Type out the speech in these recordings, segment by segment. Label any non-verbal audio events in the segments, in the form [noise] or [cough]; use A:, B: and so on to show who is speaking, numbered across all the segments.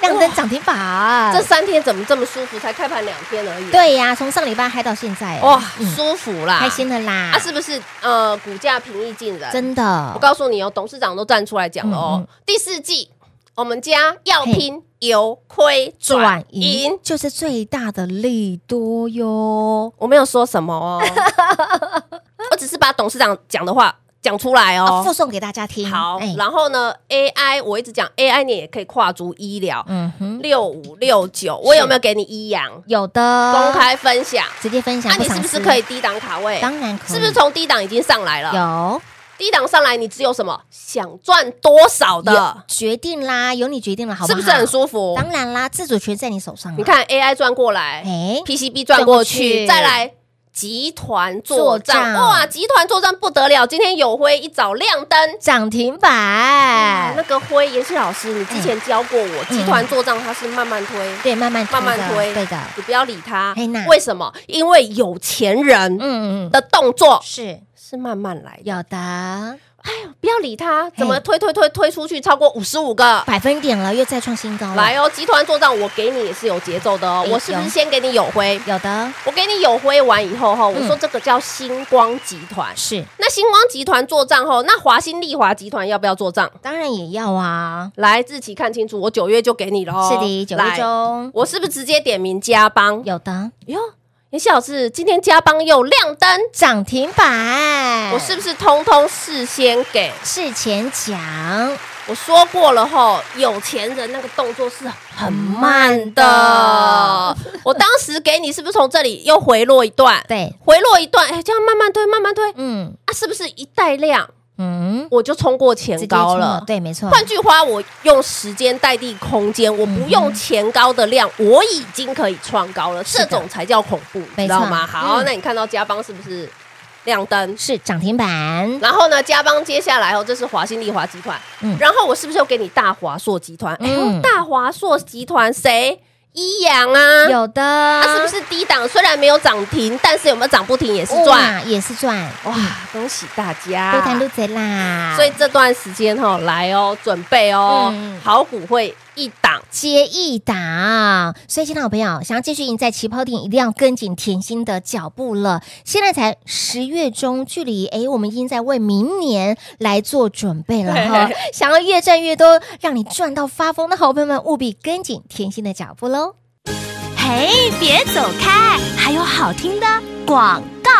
A: 亮灯涨停板，
B: 这三天怎么这么舒服？才开盘两天而已，，
A: 对呀，从上礼拜嗨到现在，
B: 哇，
A: 嗯
B: 舒服啦，
A: 开心的啦
B: 啊，，是不是？呃，股价平易近人，
A: 真
B: 我
A: 的，
B: 告诉你哦，董事长都站出来讲了
A: 嗯
B: 哦，第四季我们家要
A: 嘿
B: 拼由亏转
A: 转
B: 盈
A: 盈。就是最大的利多哟。
B: 我没有说什
A: [laughs]
B: 么哦，我只是把董事长讲的话讲出来
A: 啊
B: 哦
A: 附。送给大家听，
B: 好
A: 哎，
B: 然后呢，AI 我一直讲 AI，你也可以跨足医疗，
A: 嗯哼，
B: 六五六九，我有没有给你一阳
A: 有的
B: 公开分享？啊
A: 直接分享，
B: 那你是
A: 赏
B: 不是
A: 识
B: 可以？低档卡位？
A: 当然可以，
B: 是不是从低档已经上来了？
A: 有
B: 低档上来，你只有什么想赚多少
A: 有
B: 的，
A: 决定啦？有你决定了，好
B: 是
A: 好
B: 不是很舒服？
A: 当然啦，自主权在你手上。
B: 你，看 AI 转过来
A: 哎，
B: ，PCB 转
A: 转
B: 过
A: 过去
B: 去，再来集团作
A: 作
B: 战，
A: 战
B: 哇，集团作战不得了！今天有辉一早亮灯，
A: 涨停
B: 哎，那
A: 板，
B: 个辉妍希老师，你之前教过我，
A: 嗯
B: 集团作战它是慢慢推，
A: 对，慢慢
B: 慢慢
A: 的
B: 推，
A: 对的，
B: 你不要理它
A: 嘿呐。
B: 为什么？因为有钱人
A: 哎嗯嗯，
B: 的动作
A: 是
B: 是慢慢来的，
A: 有的，
B: 不要理它，怎么推推推推出去超过五十五个？
A: 百分点了，又再创新高了，
B: 来哦，集团作战我给你也是有节奏的哦
A: 哎，
B: 我是不
A: 有
B: 是先给你有辉？
A: 有的
B: 我给你有灰完以后哈，我说
A: 嗯
B: 这个叫星光集团。
A: 是，
B: 那星光集团做账后，那华兴丽华集团要不要做账？
A: 当然也要啊，
B: 来，日期看清楚，我九月就给你了哦。
A: 是的，九月
B: 来，
A: 中
B: 我是不是直接点名加邦？
A: 有的
B: 哟，妍希老师，今天加邦又亮灯，
A: 涨停板，
B: 我是不是通通事先给？
A: 事前讲
B: 我说过了吼，有钱人那个动作是很慢
A: 慢
B: 的。我当时给你是不是从这里又回落一段？，
A: 嗯对，
B: 回落一段，哎，这样慢慢推，慢慢推，
A: 嗯
B: 啊，是不是一带量？
A: 嗯，
B: 我就冲过前
A: 直接
B: 高
A: 冲
B: 了。
A: 对，没错，
B: 换句话，我用时间代替空间，我不用前高的量，我已经可以创高了，
A: 嗯是的
B: 这种才叫恐怖，
A: 没错
B: 你知道吗？好，
A: 嗯
B: 那你看到加邦是不是亮灯？
A: 是涨停板，
B: 然后呢，加邦接下来哦，这是华新丽华集团，
A: 嗯
B: 然后我是不是又给你大华硕集团？哎呦
A: 嗯
B: 大华硕集团谁？一阳啊，
A: 有的，
B: 它是不是低档？虽然没有涨停，但是有没有涨不停也是赚。啊
A: 哇，嗯也是赚，
B: 哇，恭喜大家！
A: 对谈路贼啦，
B: 所以这段时间哈、来哦，准备哦，
A: 嗯
B: 好股会一档。
A: 接一档，所以，亲爱的朋友，想要继续赢在起跑点，一定要跟紧甜心的脚步了。现在才十月中，距离诶，我们已经在为明年来做准备了哈
B: 对。
A: 想要越赚越多，让你赚到发疯的好朋友们，务必跟紧甜心的脚步喽。
C: 嘿，别走开，还有好听的广告。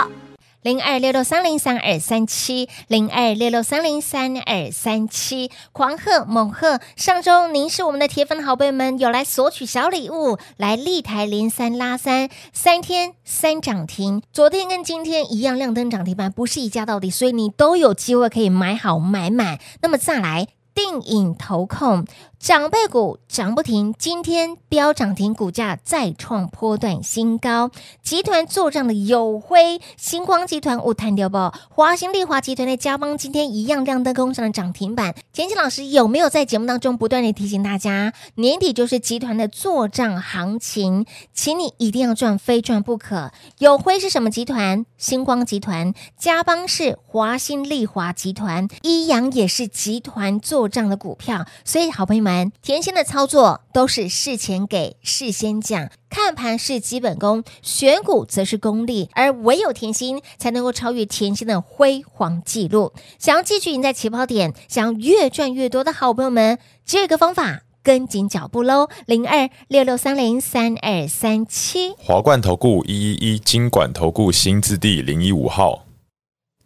A: 零二六六三零三二三七，零二六六三零三二三七，狂贺猛贺！上周您是我们的铁粉好朋友们，有来索取小礼物，来立台连三拉三，三天三涨停，昨天跟今天一样亮灯涨停板，不是一家到底，所以你都有机会可以买好买满。那么再来。定影投控长辈股涨不停，今天飙涨停，股价再创波段新高。集团做账的友辉、星光集团、五探掉不？华兴丽华集团的加邦今天一样亮灯攻上了涨停板。简简老师有没有在节目当中不断的提醒大家，年底就是集团的做账行情，请你一定要赚，非赚不可。友辉是什么集团？星光集团。加邦是华兴丽华集团，一阳也是集团做账的股票。所以，好朋友们，甜心的操作都是事前给，事先讲。看盘是基本功，选股则是功力，而唯有甜心才能够超越甜心的辉煌记录。想要继续赢在起跑点，想要越赚越多的好朋友们，只有一个方法，跟紧脚步喽！零二六六三零三二三七。
D: 华冠投顾一一一金管投顾新字第零一五号，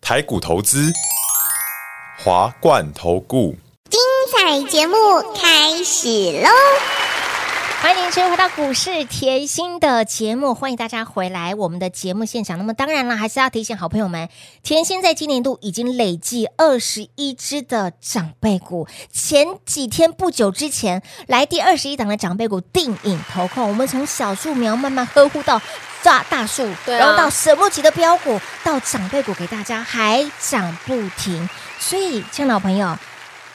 D: 台股投资，华冠投顾。
E: 彩节目开始喽！
A: 欢迎您持续回到股市甜心的节目，欢迎大家回来我们的节目现场。那么当然了，还是要提醒好朋友们，甜心在今年度已经累计二十一只的长辈股。前几天不久之前，来第二十一档的长辈股定影投控，我们从小树苗慢慢呵护到大大树，
B: 对啊
A: 然后到舍不起的标股，到长辈股给大家还涨不停。所以，亲爱的老朋友，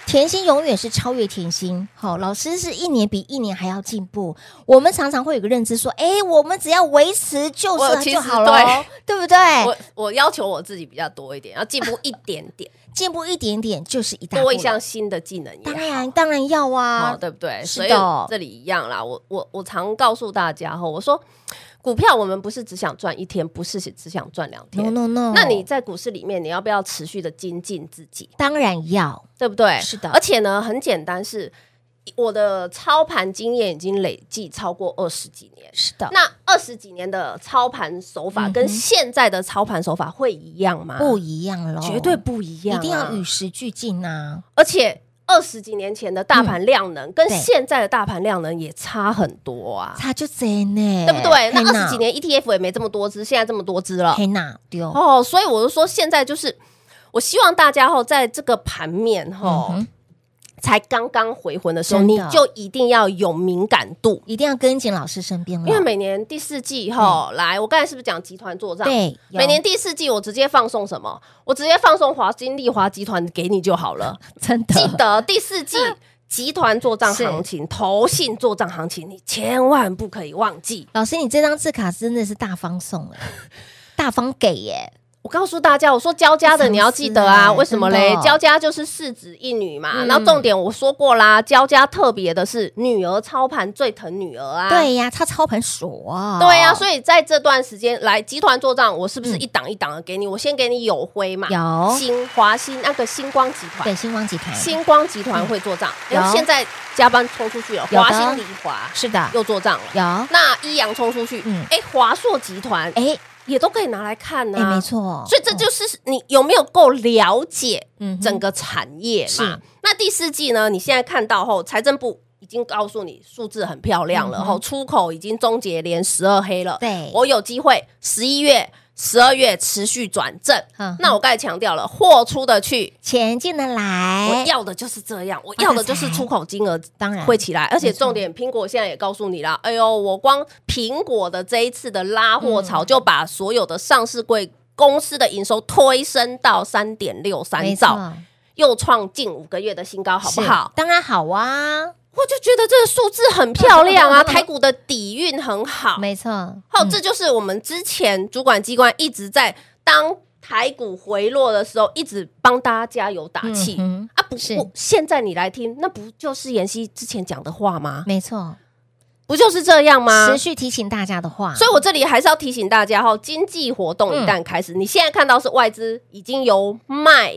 A: 甜心永远是超越甜心。好、老师是一年比一年还要进步。我们常常会有个认知说，哎，我们只要维持就
B: 我
A: 是
B: 其
A: 就
B: 实
A: 好了，对不对？
B: 我我要求我自己比较多一点，要进步一点点，
A: 进步一点点就是 [laughs] 一大步了
B: 多一项新的技能也
A: 当
B: 好
A: 然当然要啊，
B: 哦，对不对？
A: 是
B: 所以
A: 的
B: 这里一样啦。我我我常告诉大家哈，我说股票我们不是只想赚一天，不是只想赚两
A: no
B: 天。
A: no no，
B: 那你在股市里面，你要不要持续的精进自己，
A: 当然要，
B: 对不对？
A: 是的
B: 而且呢，很简单是，我的操盘经验已经累计超过二十几年。
A: 是的，
B: 那二十几年的操盘手法
A: 嗯
B: 跟
A: 哼
B: 现在的操盘手法会一样吗？
A: 不，一样喽，
B: 绝对不一样、啊
A: 一定要与时俱进啊，
B: 而且二十几年前的大盘量能、跟
A: 嗯对
B: 现在的大盘量能也差很多啊，
A: 他就真呢，
B: 对不对？那
A: 嘿呐
B: 二十几，年 ETF 也没这么多只，现在这么多只了
A: 嘿呐，对哦，
B: 哦，所以我就说现在就是。我希望大家哈，在这个盘面哈、
A: 嗯哼
B: 才刚刚回魂的时候，
A: 真
B: 你
A: 的
B: 就一定要有敏感度，
A: 一定要跟紧老师身边了，
B: 因为每年第四季哈，来，我刚才是不是讲集团做账？
A: 对有
B: 啊每年第四季我直接放送什么？我直接放送华金丽华集团给你就好了。
A: 真
B: 记
A: 的
B: 得第四季集团做账行情、投信做账行情，你千万不可以忘记。
A: 老师，你这张字卡真的是大方
B: [laughs]
A: 送哎，大方给耶，
B: 我告诉大家，我说交加的
A: 常
B: 你要记得啊，
A: 是欸
B: 为什么
A: 真
B: 嘞
A: 的？
B: 交加就是四子一女嘛，
A: 嗯
B: 然后重点我说过啦，交加特别的是女儿操盘最疼女儿啊，
A: 对呀，他操盘手啊，
B: 对呀、所以在这段时间来集团做账，我是不是一档一档的给你？我先给你友辉嘛，
A: 有
B: 新华新那个星光集
A: 对
B: 团，
A: 星光集团
B: 星光集团会做账，
A: 有
B: 然后现在加班冲出去了，
A: 有的
B: 华新丽华
A: 是的，
B: 又做账了。
A: 有，
B: 那一阳冲出去，
A: 嗯
B: 哎、华硕集团
A: 哎
B: 也都可以拿来看呢、啊
A: 哎，没。错，
B: 所以这就是你有没有够了解
A: 嗯哼
B: 整个产业嘛？
A: 是
B: 那第四季呢？你现在看到后，财政部已经告诉你数字很漂亮了，后、出口已经终结连十二黑了。
A: 嗯对
B: 我有机会十一月、十二月持续转正。
A: 嗯哼
B: 那我刚才强调了，货出得去，
A: 钱进得来，
B: 我要的就是这样，我要的就是出口金额
A: 当然
B: 会起来，而且
A: 没错
B: 重点，苹果现在也告诉你啦，哎呦，我光苹果的这一次的拉货潮，就把所有的上市柜公司的营收推升到三点六三
A: 没错
B: 兆，又创近五个月的新高，好不好
A: 是？当然好啊，
B: 我就觉得这个数字很漂亮啊，
A: 嗯
B: 台股的底蕴很好，
A: 没错，
B: 好，
A: 嗯
B: 这就是我们之前主管机关一直在当台股回落的时候，一直帮大家加油打气。
A: 嗯哼
B: 啊，不
A: 是
B: 不，现在你来听，那不就是妍希之前讲的话吗？
A: 没错，
B: 不就是这样吗？
A: 持续提醒大家的话，
B: 所以，我这里还是要提醒大家哈，经济活动
A: 嗯
B: 一旦开始，你现在看到是外资已经由卖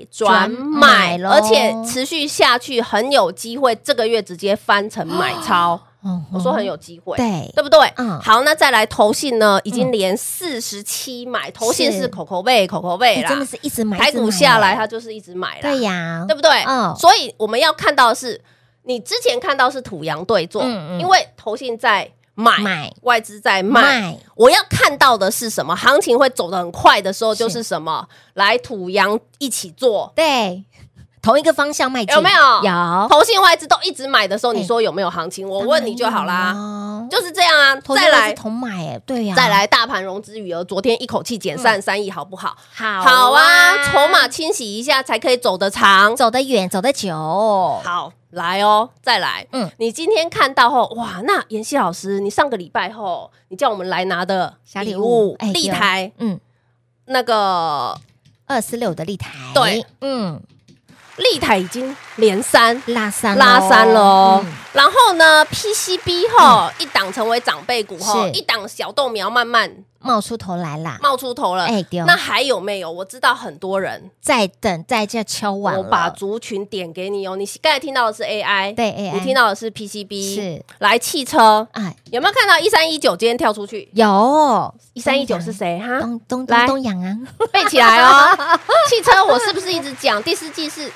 A: 转
B: 转买，
A: 买咯
B: 而且持续下去，很有机会这个月直接翻成买超。
A: 嗯
B: 我说很有机会，
A: 对
B: 对不对？
A: 嗯
B: 好，那再来投信呢，已经连四十七买，投信
A: 嗯是
B: 是口口贝，口口贝
A: 哎
B: 啦，
A: 真的是一直买，
B: 台
A: 一直
B: 股
A: 买
B: 下来，它就是一直买啦，
A: 对呀，
B: 对不对？
A: 嗯
B: 所以我们要看到的是，你之前看到是土洋对坐，
A: 嗯嗯
B: 因为投信在买，
A: 买
B: 外资在卖。
A: 卖
B: 我要看到的是什么？行情会走得很快的时候，就是是什么来土洋一起做，
A: 对，同一个方向迈进，
B: 有没有？
A: 有，
B: 投信外资都一直买的时候，
A: 哎
B: 你说有没有行情？我问你就好
A: 当
B: 啦，
A: 然有啊，
B: 就是这样啊。
A: 投
B: 再
A: 资外
B: 来
A: 资，同买，哎，对呀，
B: 再来，大盘融资余额昨天一口气减散三亿，好不好？
A: 嗯好
B: 好啊，筹码清洗一下才可以走得长。
A: 走得远，走得久，
B: 好，来哦，再来。
A: 嗯
B: 嗯，你今天看到后，哇，那妍希老师，你上个礼拜后，你叫我们来拿的
A: 小
B: 礼
A: 礼
B: 物
A: 物，哎
B: 立
A: 有
B: 台
A: 嗯，
B: 那个
A: 二四六的立台，
B: 对，
A: 嗯，
B: 立台已经连三。
A: 拉三
B: 拉
A: 咯
B: 三了哦
A: 嗯
B: 然后呢，PCB 后一档成为长辈股后，
A: 是
B: 一档小豆苗慢慢
A: 冒出头来啦，
B: 冒出头了。
A: 哎对哦
B: 那还有没有？我知道很多人，
A: 再等，再这敲完
B: 我把
A: 了，
B: 族群点给你哦。你刚才听到的是 AI，
A: 对 AI
B: 你听到的是 PCB，
A: 是
B: 来汽车，
A: 哎，
B: 有没有看到一三一九今天跳出去？
A: 有
B: 一三一九是谁哈？
A: 东东
B: 来
A: 东东阳啊，
B: 背起来哦。 [laughs] 汽车我是不是一直讲第四季是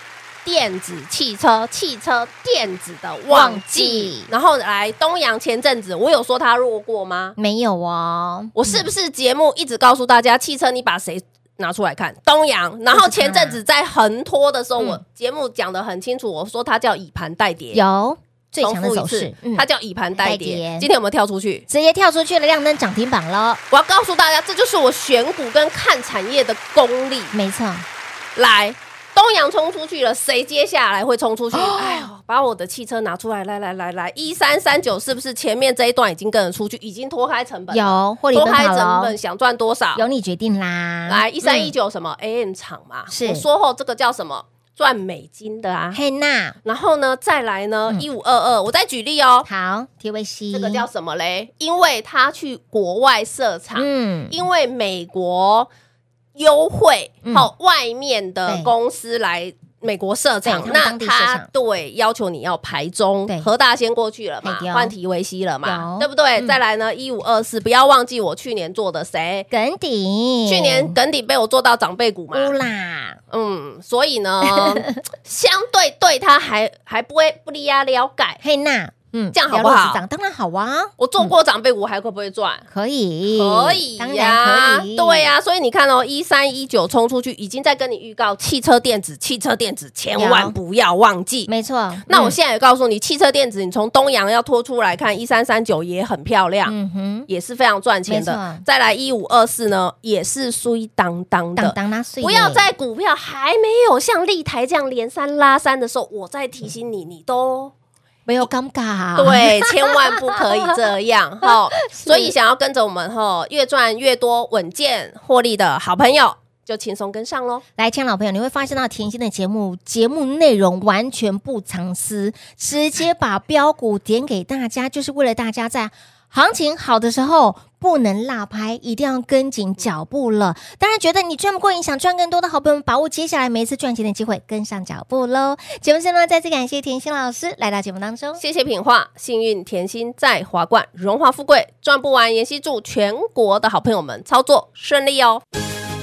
B: 电子汽车、汽车电子的旺
A: 旺
B: 季
A: 季？
B: 然后来东阳前阵子我有说它弱过吗？
A: 没有哦，
B: 我是不是节目一直告诉大家汽车你把谁？拿出来看东阳，然后前阵子在横拖的时候，
A: 嗯
B: 我节目讲的很清楚，我说它叫以盘代跌，
A: 有最强
B: 重
A: 的
B: 复
A: 走
B: 一
A: 势
B: 次，
A: 嗯
B: 它叫以盘代
A: 代
B: 跌
A: 跌。
B: 今天有没有跳出去？
A: 直接跳出去了，亮灯涨停板喽。
B: 我要告诉大家，这就是我选股跟看产业的功力。
A: 没错，
B: 来，东阳冲出去了，谁接下来会冲出去？
A: 哦
B: 哎呦，把我的汽车拿出来，来来来来，一三三九是不是前面这一段已经跟着出去，已经脱开成本了？
A: 有获利
B: 脱
A: 奔
B: 开
A: 跑
B: 成本，
A: 喽，
B: 想赚多少？
A: 哦由你决定啦。
B: 来一三一
A: 嗯，
B: 九什么 AM 厂嘛？
A: 是
B: 我说后这个叫什么？赚美金的啊。
A: 嗯嘿娜，
B: 然后呢，再来呢
A: 嗯
B: 一五二二，我再举例哦，
A: 好，T V C，
B: 这个叫什么嘞？因为他去国外设厂，
A: 嗯，
B: 因为美国优惠，
A: 嗯
B: 好、外面的
A: 对
B: 公司来美国设厂
A: 对，他
B: 那
A: 们当地设厂
B: 他对要求你要排中
A: 对，
B: 和大先过去了嘛
A: 哎对，哦
B: 换提维 C 了嘛
A: 有，
B: 对不对？
A: 嗯
B: 再来呢，一五二四，不要忘记我去年做的谁。
A: 耿鼎，
B: 去年耿鼎被我做到长辈股嘛，
A: 嗯乌啦，
B: 嗯，所以
A: [laughs]
B: 呢，相对对他还还不会不利亚了解，
A: 嘿娜，嗯，
B: 这样好不
A: 了若
B: 好
A: 指掌当然好啊，
B: 我做过长辈股还会不会赚？
A: 可以，
B: 可以
A: 当
B: 呀
A: 然，可以，
B: 对呀、所以你看哦，一三一九冲出去，已经在跟你预告汽车电子，汽车电子千万不要忘记。
A: 没错。
B: 那我
A: 嗯
B: 现在也告诉你，汽车电子你从东阳要拖出来看，一三三九也很漂亮。
A: 嗯哼，
B: 也是非常赚钱
A: 没错
B: 的，再来一五二四呢，也是衰当当的
A: 当，当拉碎，
B: 不要在股票还没有像立台这样连三拉三的时候，我再提醒你，你都
A: 没有尴尬，，
B: 对，千万不可以这样哈。所以想要跟着我们哈，越赚越多、稳健获利的好朋友，就轻松跟上喽。
A: 来，亲爱的老朋友，你会发现到甜心的节目节目内容完全不藏私，直接把标股点给大家，就是为了大家在行情好的时候不能落拍，一定要跟紧脚步了。当然，觉得你赚不过瘾，想赚更多的好朋友们，把握接下来每一次赚钱的机会，跟上脚步喽。节目最后呢，再次感谢甜心老师来到节目当中。
B: 谢谢品画，幸运甜心在华冠，荣华富贵赚不完。妍希祝全国的好朋友们操作顺利哦。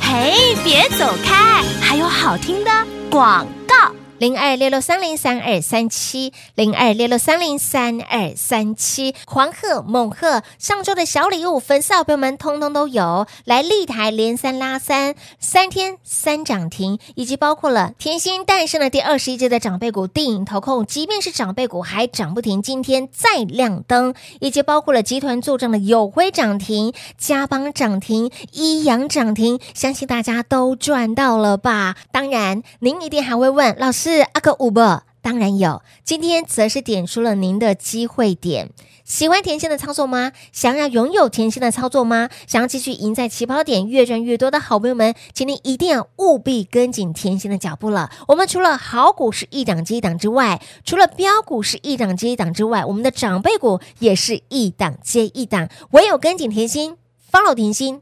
C: 嘿，别走开，还有好听的广告。
A: 零二六六三零三二三七，零二六六三零三二三七，狂贺猛贺！上周的小礼物，粉丝好朋友们通通都有。来立台连三拉三，三天三涨停，以及包括了甜心诞生的第二十一届的长辈股电影投控，即便是长辈股还涨不停，今天再亮灯，以及包括了集团作证的友辉涨停、嘉邦涨停、一阳涨停，相信大家都赚到了吧？当然，您一定还会问老师啊阿个五不？当然有，今天则是点出了您的机会点。喜欢甜心的操作吗？想要拥有甜心的操作吗？想要继续赢在起跑点，越赚越多的好朋友们，请您一定要务必跟紧甜心的脚步了。我们除了好股是一档接一档之外，除了标股是一档接一档之外，我们的长辈股也是一档接一档。唯有跟紧甜心，follow 甜心。